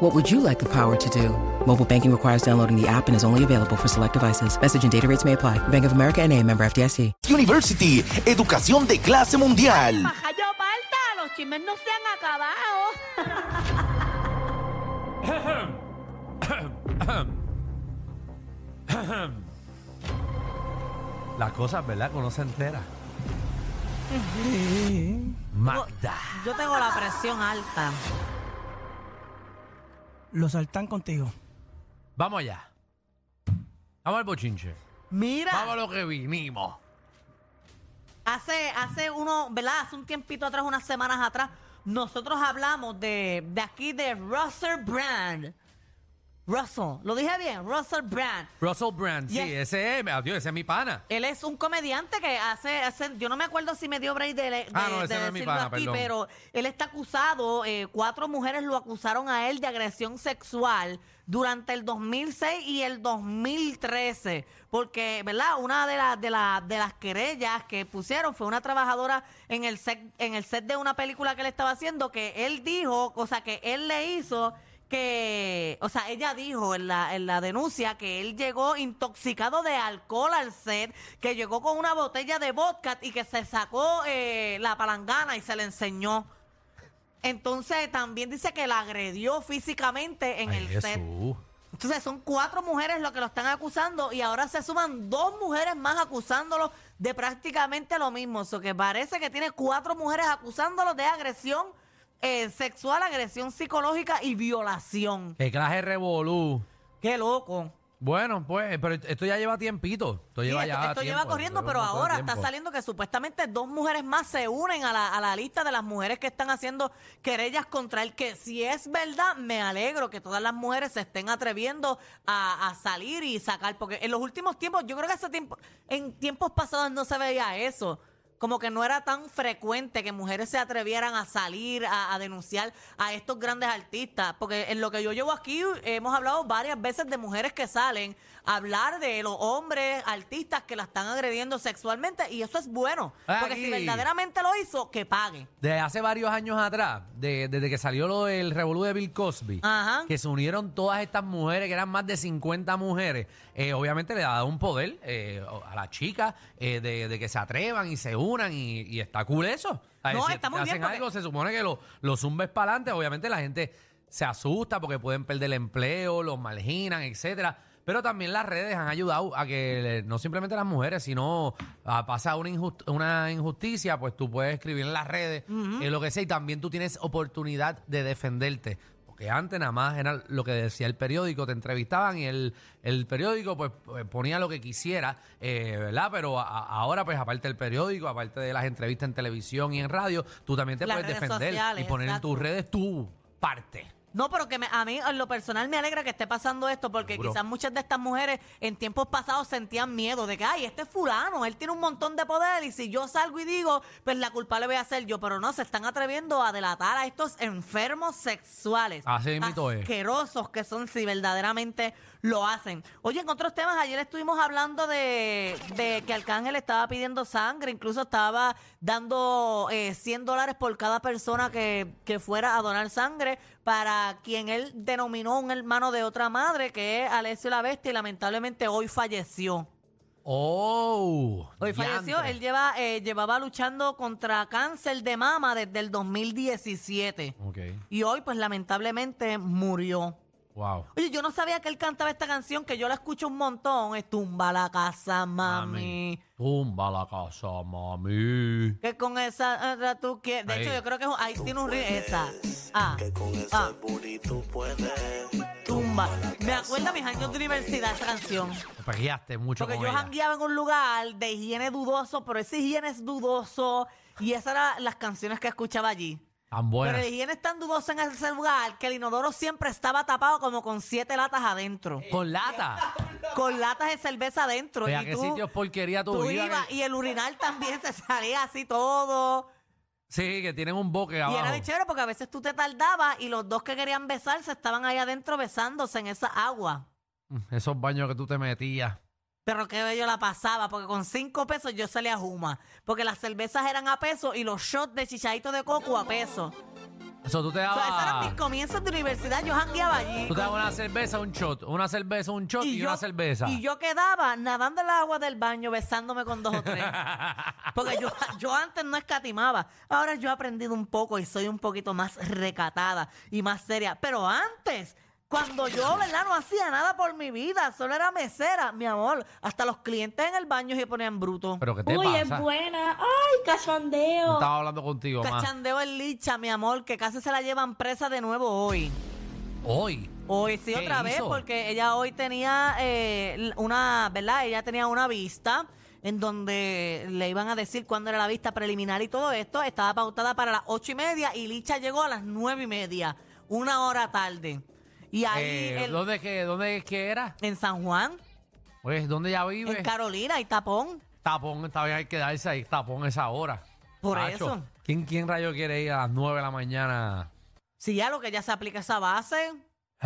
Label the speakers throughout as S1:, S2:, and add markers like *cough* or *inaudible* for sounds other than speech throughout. S1: What would you like the power to do? Mobile banking requires downloading the app and is only available for select devices. Message and data rates may apply. Bank of America and a member FDIC.
S2: University, educación de clase mundial.
S3: Baja yo falta, los chismes no se han acabado.
S4: Las cosas, ¿verdad? Que uno se entera. Magda.
S5: Yo tengo la presión alta.
S6: Lo saltan contigo.
S4: Vamos allá. Vamos al bochinche. Vamos a
S5: Mira,
S4: lo que vinimos.
S5: hace, hace uno, ¿verdad? Hace un tiempito atrás, unas semanas atrás, nosotros hablamos de, de aquí de Russell Brand. Russell, lo dije bien, Russell Brand.
S4: Russell Brand, sí,
S5: Yes.
S4: ese es, adiós, ese es mi pana.
S5: Él es un comediante que hace, hace- yo no me acuerdo si me dio break de, de-
S4: Ah, no, ese
S5: de
S4: no es mi
S5: decirlo
S4: pana,
S5: aquí,
S4: perdón.
S5: pero él está acusado, eh, cuatro mujeres lo acusaron a él de agresión sexual durante el 2006 y el 2013, porque, ¿verdad? Una de, las de, la- de las querellas que pusieron fue una trabajadora en el, set, en el set de una película que él estaba haciendo, que él dijo, o sea, que él le hizo que, o sea, ella dijo en la, en la denuncia que él llegó intoxicado de alcohol al set, que llegó con una botella de vodka y que se sacó eh, la palangana y se le enseñó. Entonces también dice que la agredió físicamente en
S4: Ay,
S5: el set.
S4: Jesús.
S5: Entonces son cuatro mujeres lo que lo están acusando y ahora se suman dos mujeres más acusándolo de prácticamente lo mismo. O sea, que parece que tiene cuatro mujeres acusándolo de agresión eh, sexual, agresión psicológica y violación.
S4: Qué clase de revolú.
S5: Qué loco.
S4: Bueno, pues, pero esto ya lleva tiempito. Esto
S5: Sí,
S4: lleva
S5: esto
S4: ya
S5: esto
S4: tiempo,
S5: lleva corriendo,
S4: esto
S5: pero
S4: lleva un montón de
S5: ahora está
S4: tiempo.
S5: saliendo que supuestamente dos mujeres más se unen a la, a la lista de las mujeres que están haciendo querellas contra él, que si es verdad, me alegro que todas las mujeres se estén atreviendo a, a salir y sacar, porque en los últimos tiempos, yo creo que hace tiempo, en tiempos pasados no se veía eso. Como que no era tan frecuente que mujeres se atrevieran a salir, a, a denunciar a estos grandes artistas. Porque en lo que yo llevo aquí eh, hemos hablado varias veces de mujeres que salen a hablar de los hombres artistas que la están agrediendo sexualmente. Y eso es bueno. Porque
S4: Aquí.
S5: si verdaderamente lo hizo, que pague.
S4: Desde hace varios años atrás, de- desde que salió lo del revolú de Bill Cosby,
S5: Ajá.
S4: que se unieron todas estas mujeres, que eran más de 50 mujeres, eh, obviamente le ha dado un poder eh, a las chicas eh, de, de que se atrevan y se unan y, y está cool eso. A ver,
S5: No,
S4: si
S5: está muy
S4: hacen
S5: bien, porque-
S4: algo, se supone que lo, lo zumbes para adelante, obviamente la gente se asusta porque pueden perder el empleo, los marginan, etcétera. Pero también las redes han ayudado a que eh, no simplemente las mujeres, sino a pasar una, injust- una injusticia, pues tú puedes escribir en las redes, eh, lo que sea, y también tú tienes oportunidad de defenderte. Porque antes nada más era lo que decía el periódico, te entrevistaban y el, el periódico pues eh, ponía lo que quisiera, eh, ¿verdad? Pero a- a- ahora pues aparte del periódico, aparte de las entrevistas en televisión y en radio, tú también te
S5: Las
S4: puedes
S5: redes
S4: defender
S5: sociales,
S4: y poner
S5: exacto.
S4: en tus redes tu parte.
S5: No, pero que me- a mí en lo personal me alegra que esté pasando esto, porque
S4: Seguro.
S5: quizás muchas de estas mujeres en tiempos pasados sentían miedo de que, ay, este es fulano, él tiene un montón de poder y si yo salgo y digo, pues la culpable voy a ser yo, pero no, se están atreviendo a delatar a estos enfermos sexuales.
S4: Así mismito es.
S5: Asquerosos que son si verdaderamente lo hacen. Oye, en otros temas, ayer estuvimos hablando de, de que Arcángel estaba pidiendo sangre, incluso estaba dando eh, 100 dólares por cada persona que, que fuera a donar sangre para quien él denominó un hermano de otra madre, que es Alessio la Bestia, y lamentablemente hoy falleció.
S4: Oh,
S5: Hoy falleció,
S4: diantre.
S5: él lleva, eh, llevaba luchando contra cáncer de mama desde el 2017.
S4: Ok.
S5: Y hoy, pues lamentablemente, murió.
S4: Wow.
S5: Oye, yo no sabía que él cantaba esta canción, que yo la escucho un montón. Es Tumba la casa, mami.
S4: Tumba la casa, mami.
S5: Que con esa otra tú quieres. De
S4: Ahí.
S5: hecho, yo creo que es un- ahí tiene un ritmo. Esa. Ah. ah. Tumba. Me acuerdo a mis años de universidad esa canción.
S4: Te pegueaste mucho
S5: Porque
S4: con
S5: yo
S4: ella.
S5: jangueaba en un lugar de higiene dudoso, pero ese higiene es dudoso. Y esas eran las canciones que escuchaba allí.
S4: Tan buena.
S5: Pero la higiene es tan dudosa en ese lugar que el inodoro siempre estaba tapado como con siete latas adentro.
S4: Con lata.
S5: Con latas de cerveza adentro.
S4: Vea
S5: y
S4: qué
S5: tú-
S4: sitios porquería tu
S5: tú
S4: vida.
S5: ibas
S4: que-
S5: y el urinal también se salía así todo.
S4: Sí, que tienen un boque
S5: Y
S4: abajo.
S5: era bien chévere porque a veces tú te tardabas y los dos que querían besarse estaban ahí adentro besándose en esa agua.
S4: Mm, Esos baños que tú te metías.
S5: Pero qué bello la pasaba, porque con cinco pesos yo salía a Juma. Porque las cervezas eran a peso y los shots de chichadito de coco a peso.
S4: Eso tú te
S5: O sea, esos eran mis
S4: dabas.
S5: comienzos de universidad. Yo jangueaba allí.
S4: Ah. Tú te dabas una cerveza, un shot. Una cerveza, un shot y, una cerveza.
S5: y yo quedaba nadando en el agua del baño, besándome con dos o tres.
S4: *laughs*
S5: Porque yo, yo antes no escatimaba. Ahora yo he aprendido un poco y soy un poquito más recatada y más seria. Pero antes, cuando yo, ¿verdad? No hacía nada por mi vida, solo era mesera, mi amor. Hasta los clientes en el baño se ponían bruto.
S4: Pero que te
S3: Uy, es
S4: pasa.
S3: buena. Ay,
S4: No
S3: cachondeo.
S4: estaba hablando contigo, más.
S5: Cachandeo en licha, mi amor, que casi se la llevan presa de nuevo hoy.
S4: Hoy.
S5: Hoy eh, sí,
S4: ¿Qué
S5: otra vez,
S4: hizo?
S5: porque ella hoy tenía eh, l- una, ¿verdad? Ella tenía una vista en donde le iban a decir cuándo era la vista preliminar y todo esto. Estaba pautada para las ocho y media y Licha llegó a las nueve y media, una hora tarde. Y ahí
S4: Eh,
S5: el-
S4: ¿dónde, que, ¿Dónde es que era?
S5: en San Juan,
S4: Pues, ¿dónde ella
S5: en
S4: vive?
S5: Carolina y Tapón.
S4: Tapón, está bien, hay que darse ahí tapón esa hora.
S5: Por
S4: Tacho,
S5: eso.
S4: ¿Quién, quién rayo quiere ir a las 9 de la mañana?
S5: Si ya lo que ya se aplica esa base, eh,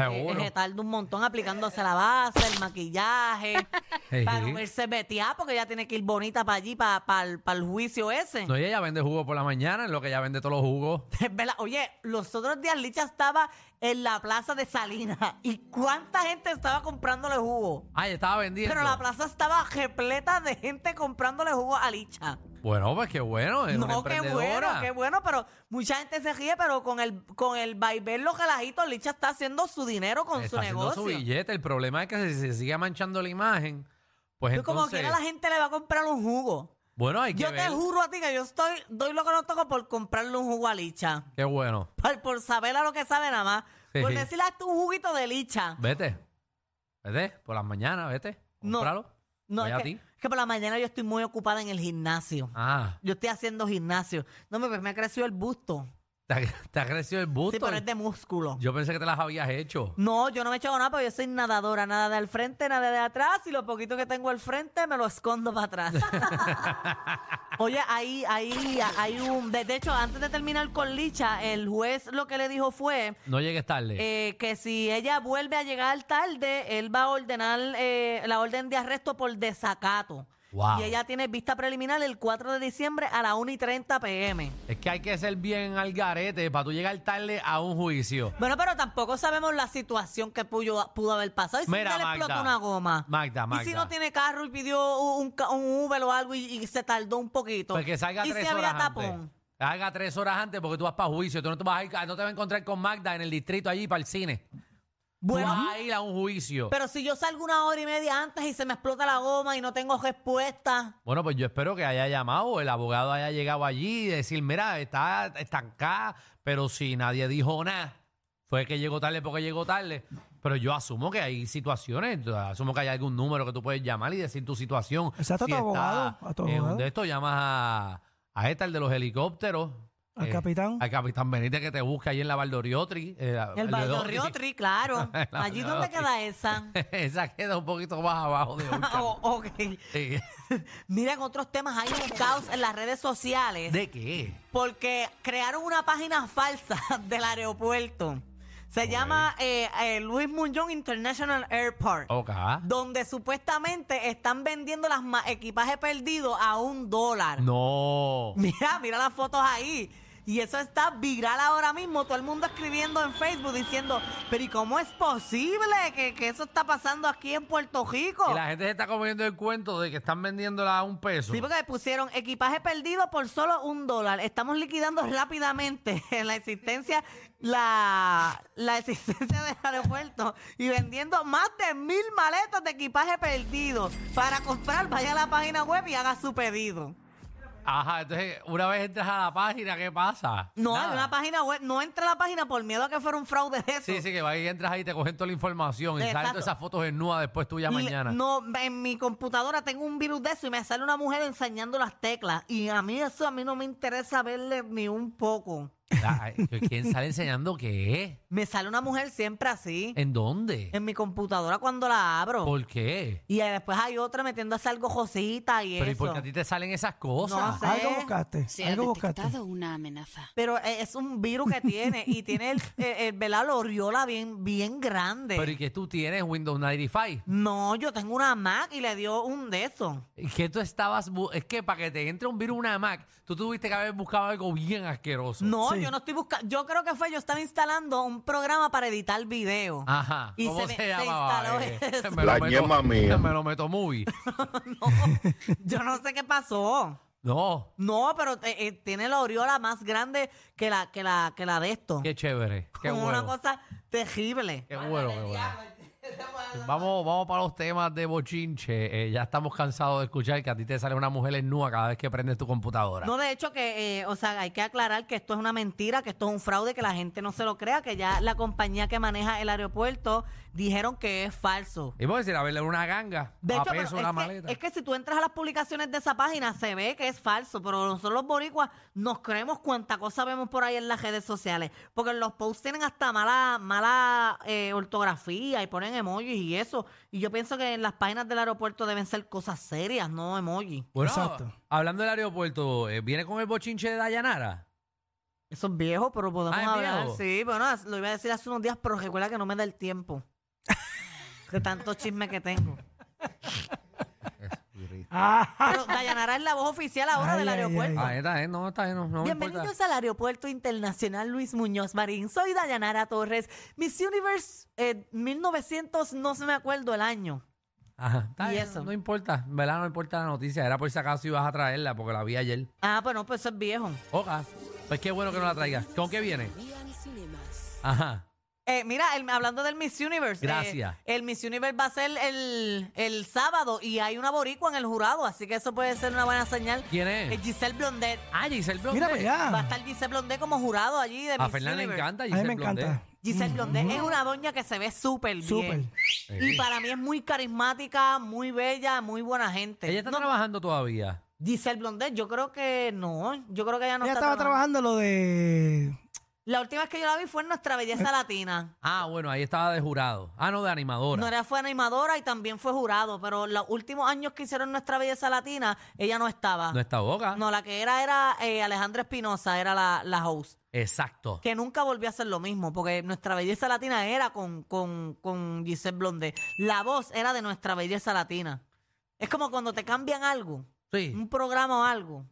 S4: Seguro.
S5: se tarda un montón aplicándose la base, el maquillaje.
S4: *laughs* Ey,
S5: Para
S4: ey.
S5: verse beteada, porque ella tiene que ir bonita para allí, para, el, para el juicio ese.
S4: No, ella ya vende jugo por la mañana, en lo que ella vende todos los jugos.
S5: Es *laughs* verdad. Oye, los otros días Licha estaba en la plaza de Salinas *laughs* y cuánta gente estaba comprándole jugo.
S4: Ay, estaba vendiendo.
S5: Pero la plaza estaba repleta de gente comprándole jugo a Licha.
S4: Bueno, pues qué bueno, es una
S5: No, qué bueno,
S4: emprendedora.
S5: qué bueno, pero mucha gente se ríe, pero con el con el vaivén los relajitos, Licha está haciendo su dinero con
S4: Está
S5: su
S4: haciendo
S5: negocio.
S4: su billete. El problema es que si se sigue manchando la imagen, pues
S5: Tú como
S4: entonces...
S5: quiera la gente le va a comprar un jugo.
S4: Bueno, hay que
S5: Yo te
S4: ver.
S5: juro a ti que yo estoy, doy lo que no toco por comprarle un jugo a Licha. *laughs*
S4: Qué bueno.
S5: Por, por saber a lo que sabe nada más.
S4: Sí.
S5: Por decirle a tu juguito de licha.
S4: Vete. Vete, por las mañanas, vete.
S5: No.
S4: Cómpralo.
S5: No,
S4: Voy
S5: es
S4: a
S5: que,
S4: ti.
S5: es que por la mañana yo estoy muy ocupada en el gimnasio.
S4: Ah,
S5: Yo estoy haciendo gimnasio. No, pues me, me ha crecido el busto.
S4: te ha, te ha crecido el busto.
S5: Sí, pero es de músculo.
S4: Yo pensé que te las habías hecho.
S5: No, yo no me he hecho nada, pero yo soy nadadora. Nada del frente, nada de atrás. Y lo poquito que tengo al frente me lo escondo para
S4: *laughs*
S5: atrás. Oye, ahí, ahí, hay un... De, de hecho, antes de terminar con Licha, el juez lo que le dijo fue...
S4: No llegues tarde.
S5: eh, que si ella vuelve a llegar tarde, él va a ordenar eh, la orden de arresto por desacato.
S4: Wow.
S5: Y ella tiene vista preliminar el 4 de diciembre a las 1 y 30 pm.
S4: Es que hay que ser bien al garete para tú llegar tarde a un juicio.
S5: Bueno, pero tampoco sabemos la situación que pudo, pudo haber pasado. ¿Y si
S4: Mira,
S5: se le explotó
S4: Magda.
S5: una goma?
S4: Magda,
S5: ¿Y si
S4: Magda.
S5: no tiene carro y pidió un, ca- un Uber o algo y, y se tardó un poquito?
S4: Porque Pues salga
S5: ¿Y
S4: tres
S5: si había
S4: horas antes.
S5: tapón?
S4: Haga tres horas antes porque tú vas para juicio. Tú no te vas a ir- no te vas a encontrar con Magda en el distrito allí para el cine.
S5: Bueno,
S4: Tú vas a ir a un juicio.
S5: pero si yo salgo una hora y media antes y se me explota la goma y no tengo respuesta...
S4: Bueno, pues yo espero que haya llamado, el abogado haya llegado allí y decir, mira, está estancada, pero si nadie dijo nada, fue que llegó tarde porque llegó tarde. Pero yo asumo que hay situaciones, yo asumo que hay algún número que tú puedes llamar y decir tu situación.
S6: Exacto, a tu abogado, a tu
S4: en un
S6: abogado.
S4: de estos llamas a, a esta, el de los helicópteros.
S6: Al
S4: eh,
S6: capitán.
S4: Al capitán Benítez que te busca ahí en la Valdoriotri. eh, la-
S5: El
S4: Valdoriotri.
S5: Valdorriotri, claro.
S4: La
S5: Allí donde
S4: Valdoriotti.
S5: queda esa.
S4: *laughs*
S5: *laughs*
S4: Esa queda un poquito más abajo de Orchard.
S5: Oh, ok.
S4: Eh,
S5: Miren, otros temas. Hay un caos en las redes sociales
S4: ¿De qué?
S5: porque crearon una página falsa *laughs* del aeropuerto. Se llama eh, eh, Luis Muñoz International Airport,
S4: Ok.
S5: donde supuestamente están vendiendo las ma- equipajes perdidos a un dólar.
S4: No.
S5: Mira, mira las fotos ahí. Y eso está viral ahora mismo. Todo el mundo escribiendo en Facebook diciendo, pero ¿y cómo es posible que, que eso está pasando aquí en Puerto Rico?
S4: Y la gente se está comiendo el cuento de que están vendiéndola a un peso.
S5: Sí, porque pusieron equipaje perdido por solo un dólar. Estamos liquidando rápidamente *laughs* la existencia, la, la existencia del aeropuerto y vendiendo más de mil maletas de equipaje perdido. Para comprar, vaya a la página web y haga su pedido.
S4: Ajá, entonces una vez entras a la página, ¿qué pasa?
S5: No,
S4: Nada.
S5: en una página web, no entra a la página por miedo a que fuera un fraude de eso.
S4: Sí, sí, que vas y entras ahí, te cogen toda la información y salen
S5: Exacto.
S4: todas esas fotos en nua después tuya
S5: Le-
S4: mañana.
S5: No, en mi computadora tengo un virus de eso y me sale una mujer enseñando las teclas. Y a mí eso, a mí no me interesa verle ni un poco.
S4: Ay, ¿Quién sale enseñando qué?
S5: Me sale una mujer siempre así. *laughs*
S4: ¿En dónde?
S5: En mi computadora cuando la abro.
S4: ¿Por qué?
S5: Y eh, después hay otra metiéndose algo josita y
S4: Pero ¿y
S5: eso.
S4: por qué a ti te Ah, salen esas
S5: No
S4: cosas?
S5: sé.
S6: Algo buscaste.
S7: Se ha
S6: algo buscaste.
S7: detectado una amenaza.
S5: Pero eh, es un virus que tiene y tiene el, *laughs* el, el ¿verdad? la oriola bien, bien grande.
S4: Pero ¿y que tú tienes Windows 95?
S5: No, yo tengo una Mac y le dio un de eso.
S4: ¿Y ¿Qué tú estabas... bu- Es que para que te entre un virus una Mac, tú tuviste que haber buscado algo bien asqueroso.
S5: No,
S6: Sí.
S5: yo no estoy buscando. Yo creo que fue, yo estaba instalando un programa para editar video.
S4: Ajá.
S5: Y
S4: ¿Cómo
S5: se
S4: se,
S5: me- se
S4: llamaba?
S5: instaló
S4: Eh,
S5: eso.
S4: me lo
S8: La
S4: meto-
S8: ñema mía.
S4: Me lo meto muy.
S5: *laughs* Yo no sé qué pasó.
S4: No,
S5: No, pero eh, eh, tiene la oriola más grande que la, que la, que la de esto.
S4: qué chévere. Qué
S5: Como
S4: bueno.
S5: una cosa terrible.
S4: Qué bueno, qué bueno.
S5: *laughs*
S4: Vamos, vamos para los temas de bochinche. Eh, ya estamos cansados de escuchar que a ti te sale una mujer en nua cada vez que prendes tu computadora.
S5: No, de hecho que, eh, o sea, hay que aclarar que esto es una mentira, que esto es un fraude, que la gente no se lo crea, que ya la compañía que maneja el aeropuerto dijeron que es falso.
S4: Y vos decir, a verle una ganga,
S5: De
S4: a
S5: hecho, pero
S4: peso la
S5: es,
S4: maleta.
S5: que, es que si tú entras a las publicaciones de esa página se ve que es falso, pero nosotros los boricuas nos creemos cuánta cosa vemos por ahí en las redes sociales, porque los posts tienen hasta mala mala eh, ortografía y ponen emojis y eso, y yo pienso que en las páginas del aeropuerto deben ser cosas serias, no emojis.
S4: Bueno,
S6: Exacto.
S4: hablando del aeropuerto, eh, ¿viene con el bochinche de Dayanara?
S5: Eso es viejo, pero podemos
S4: Ah, ¿es
S5: hablar.
S4: viejo?
S5: Sí, bueno, as- lo iba a decir hace unos días, pero recuerda que no me da el
S4: *laughs*
S5: tiempo. que tanto chisme que tengo.
S6: Ah,
S5: pero Dayanara es la voz oficial ahora
S6: Ay,
S5: del
S6: ay,
S5: aeropuerto.
S4: Ah, está bien, no, está bien, no, no me importa.
S5: Bienvenidos al Aeropuerto Internacional Luis Muñoz Marín. Soy Dayanara Torres. Miss Universe eh, 1900, no se me acuerdo el año.
S4: Ajá, está
S5: Y
S4: bien,
S5: eso.
S4: No importa, en ¿verdad? No importa la noticia. Era por si acaso ibas a traerla porque la vi ayer.
S5: Ah, bueno, pues eso es viejo.
S4: Oja, pues qué bueno que no la traigas. ¿Con qué viene?
S7: Vian Cinemas.
S4: Ajá.
S5: Eh, mira, el- hablando del Miss Universe. eh,
S4: Gracias.
S5: el Miss Universe va a ser el, el sábado y hay una boricua en el jurado, así que eso puede ser una buena señal.
S4: ¿Quién es?
S5: Eh, Giselle Blondet.
S4: Ah, Giselle Blondet.
S6: Mira para
S5: Va a
S6: allá.
S5: estar Giselle Blondet como jurado allí de
S4: A
S5: Miss
S4: Fernanda le
S5: Universe.
S4: encanta
S6: *laughs* A mí
S4: Giselle
S6: me
S4: Blondet.
S6: encanta.
S5: Giselle Blondet es una doña que se ve súper bien.
S6: Súper.
S5: Y para mí es muy carismática, muy bella, muy buena gente.
S4: Ella
S5: Este,
S4: está
S5: No,
S4: trabajando todavía.
S5: Giselle Blondet, yo creo que no. Yo creo que ella no
S6: Ella
S5: está
S6: estaba trabajando lo de.
S5: La última vez que yo la vi fue en Nuestra Belleza Latina.
S4: Ah, bueno, ahí estaba de jurado. Ah, no, de animadora.
S5: No era fue animadora y también fue jurado, pero los últimos años que hicieron Nuestra Belleza Latina, ella no estaba.
S4: No está boca.
S5: No, la que era era eh, Alejandra Espinosa, era la, la host.
S4: Exacto.
S5: Que nunca volvió a hacer lo mismo, porque Nuestra Belleza Latina era con, con, con Giselle Blondet. La voz era de Nuestra Belleza Latina. Es como cuando te cambian algo,
S4: Sí.
S5: un programa o algo.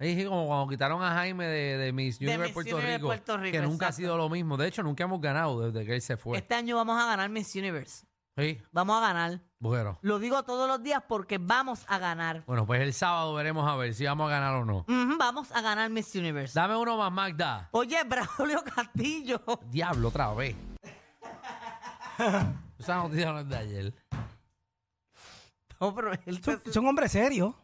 S4: Ahí dije como cuando quitaron a Jaime de, de Miss
S5: De
S4: Universe,
S5: Miss
S4: Puerto,
S5: Universe
S4: Rico,
S5: Puerto Rico,
S4: Que nunca ha
S5: exacto.
S4: sido lo mismo. De hecho, nunca hemos ganado desde que él se fue.
S5: Este año vamos a ganar Miss Universe.
S4: Sí,
S5: Vamos a ganar.
S4: bueno.
S5: Lo digo todos los días porque vamos a ganar.
S4: Bueno, pues el sábado veremos a ver si vamos a ganar o no.
S5: Ujú, vamos a ganar Miss Universe.
S4: Dame uno más, Magda.
S5: Oye, *laughs* Braulio Castillo.
S4: Diablo, otra vez. Esa noticia no es de ayer.
S5: No, pero él se-
S6: Son, son hombres serios.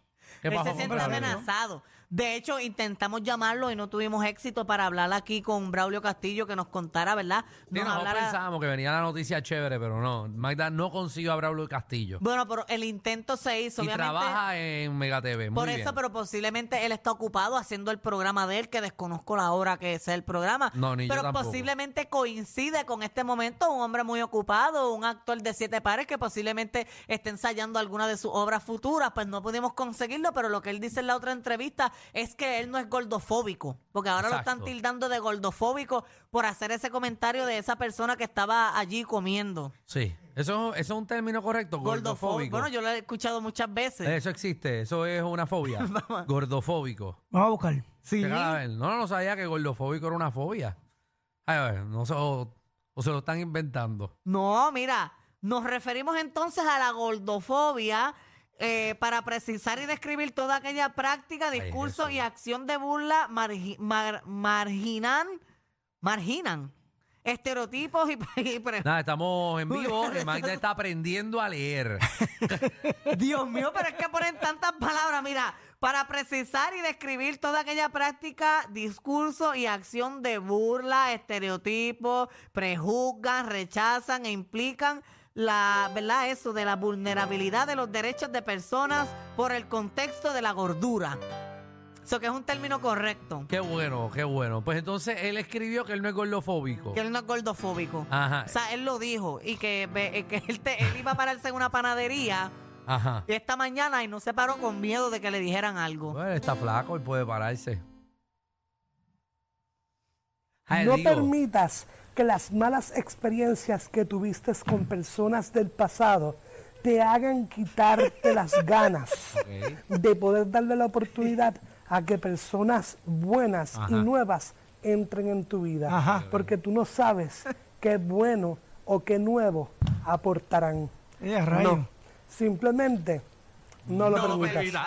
S4: ¿Qué
S5: Él
S4: pasó
S5: se
S4: con
S5: siente
S4: Braulio?
S5: amenazado. De hecho, intentamos llamarlo y no tuvimos éxito para hablar aquí con Braulio Castillo que nos contara, ¿verdad?
S4: Sí, pues,
S5: Nos
S4: ah. nosotros
S5: hablara-
S4: pensábamos que venía la noticia chévere, pero no. Magda no consiguió a Braulio Castillo.
S5: Bueno, pero el intento se hizo.
S4: Y
S5: obviamente,
S4: trabaja en Mega TV. Muy
S5: por
S4: bien.
S5: eso, pero posiblemente él está ocupado haciendo el programa de él, que desconozco la hora que sea el programa.
S4: No, ni yo
S5: pero
S4: tampoco.
S5: posiblemente coincide con este momento un hombre muy ocupado, un actor de siete pares que posiblemente esté ensayando alguna de sus obras futuras. Pues no pudimos conseguirlo, pero lo que él dice en la otra entrevista es que él no es gordofóbico, porque ahora lo
S4: Exacto.
S5: están tildando de gordofóbico por hacer ese comentario de esa persona que estaba allí comiendo.
S4: Sí. Eso, eso es un término correcto,
S5: Gordofóbico.
S4: gordofóbico.
S5: Bueno, yo lo he escuchado muchas veces.
S4: Eso existe, eso es una
S5: *laughs*
S4: fobia. gordofóbico.
S6: Vamos a buscar.
S5: sí.
S4: Cada vez- No, no sabía que gordofóbico era una fobia. Ay, a ver, no se, o, o se lo están inventando.
S5: No, mira, nos referimos entonces a la gordofobia eh, para precisar y describir toda aquella práctica, discurso y acción de burla margi- mar- marginan, marginan estereotipos y, *laughs* y pre-
S4: Nada, estamos
S5: *laughs*
S4: en vivo. y Magda está aprendiendo a leer.
S5: Dios mío, pero es que ponen tantas palabras, mira, para precisar y describir toda aquella práctica, discurso y acción de burla, estereotipos, prejuzgan, rechazan e implican la, ¿verdad? Eso de la vulnerabilidad de los derechos de personas por el contexto de la gordura. Eso que es un término correcto,
S4: Qué bueno, qué bueno. Pues entonces él escribió que él no es gordofóbico.
S5: que él no es gordofóbico.
S4: Ajá,
S5: O sea, él lo dijo y que, ve- que él, te- él iba a pararse en una panadería
S4: ajá.
S5: y esta mañana y no se paró con miedo de que le dijeran algo.
S4: Bueno, él está flaco y puede pararse. Ay,
S8: No
S4: Ah, digo,
S8: permitas que las malas experiencias que tuviste con personas del pasado te hagan
S7: *laughs*
S8: quitarte las ganas de poder darle la oportunidad a que personas buenas y nuevas entren en tu vida.
S6: Ajá.
S8: Porque tú no sabes qué bueno o qué nuevo aportarán.
S6: Ella rayo.
S8: No, simplemente no lo permitas.